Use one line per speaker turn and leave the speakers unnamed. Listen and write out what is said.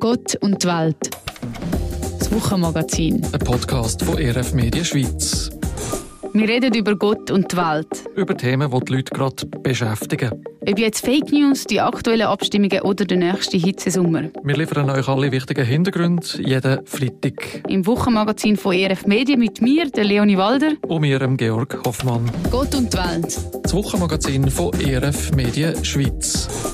Gott und die Welt. Das Wochenmagazin.
Ein Podcast von RF Media Schweiz.
Wir reden über Gott und die Welt.
Über Themen, die die Leute gerade beschäftigen.
Ob jetzt Fake News, die aktuellen Abstimmungen oder der nächste Hitzesommer.
Wir liefern euch alle wichtigen Hintergründe jeden Freitag.
Im Wochenmagazin von ERF Medien mit mir, der Leonie Walder.
Und mir, dem Georg Hoffmann.
Gott und die Welt.
Das Wochenmagazin von RF Media Schweiz.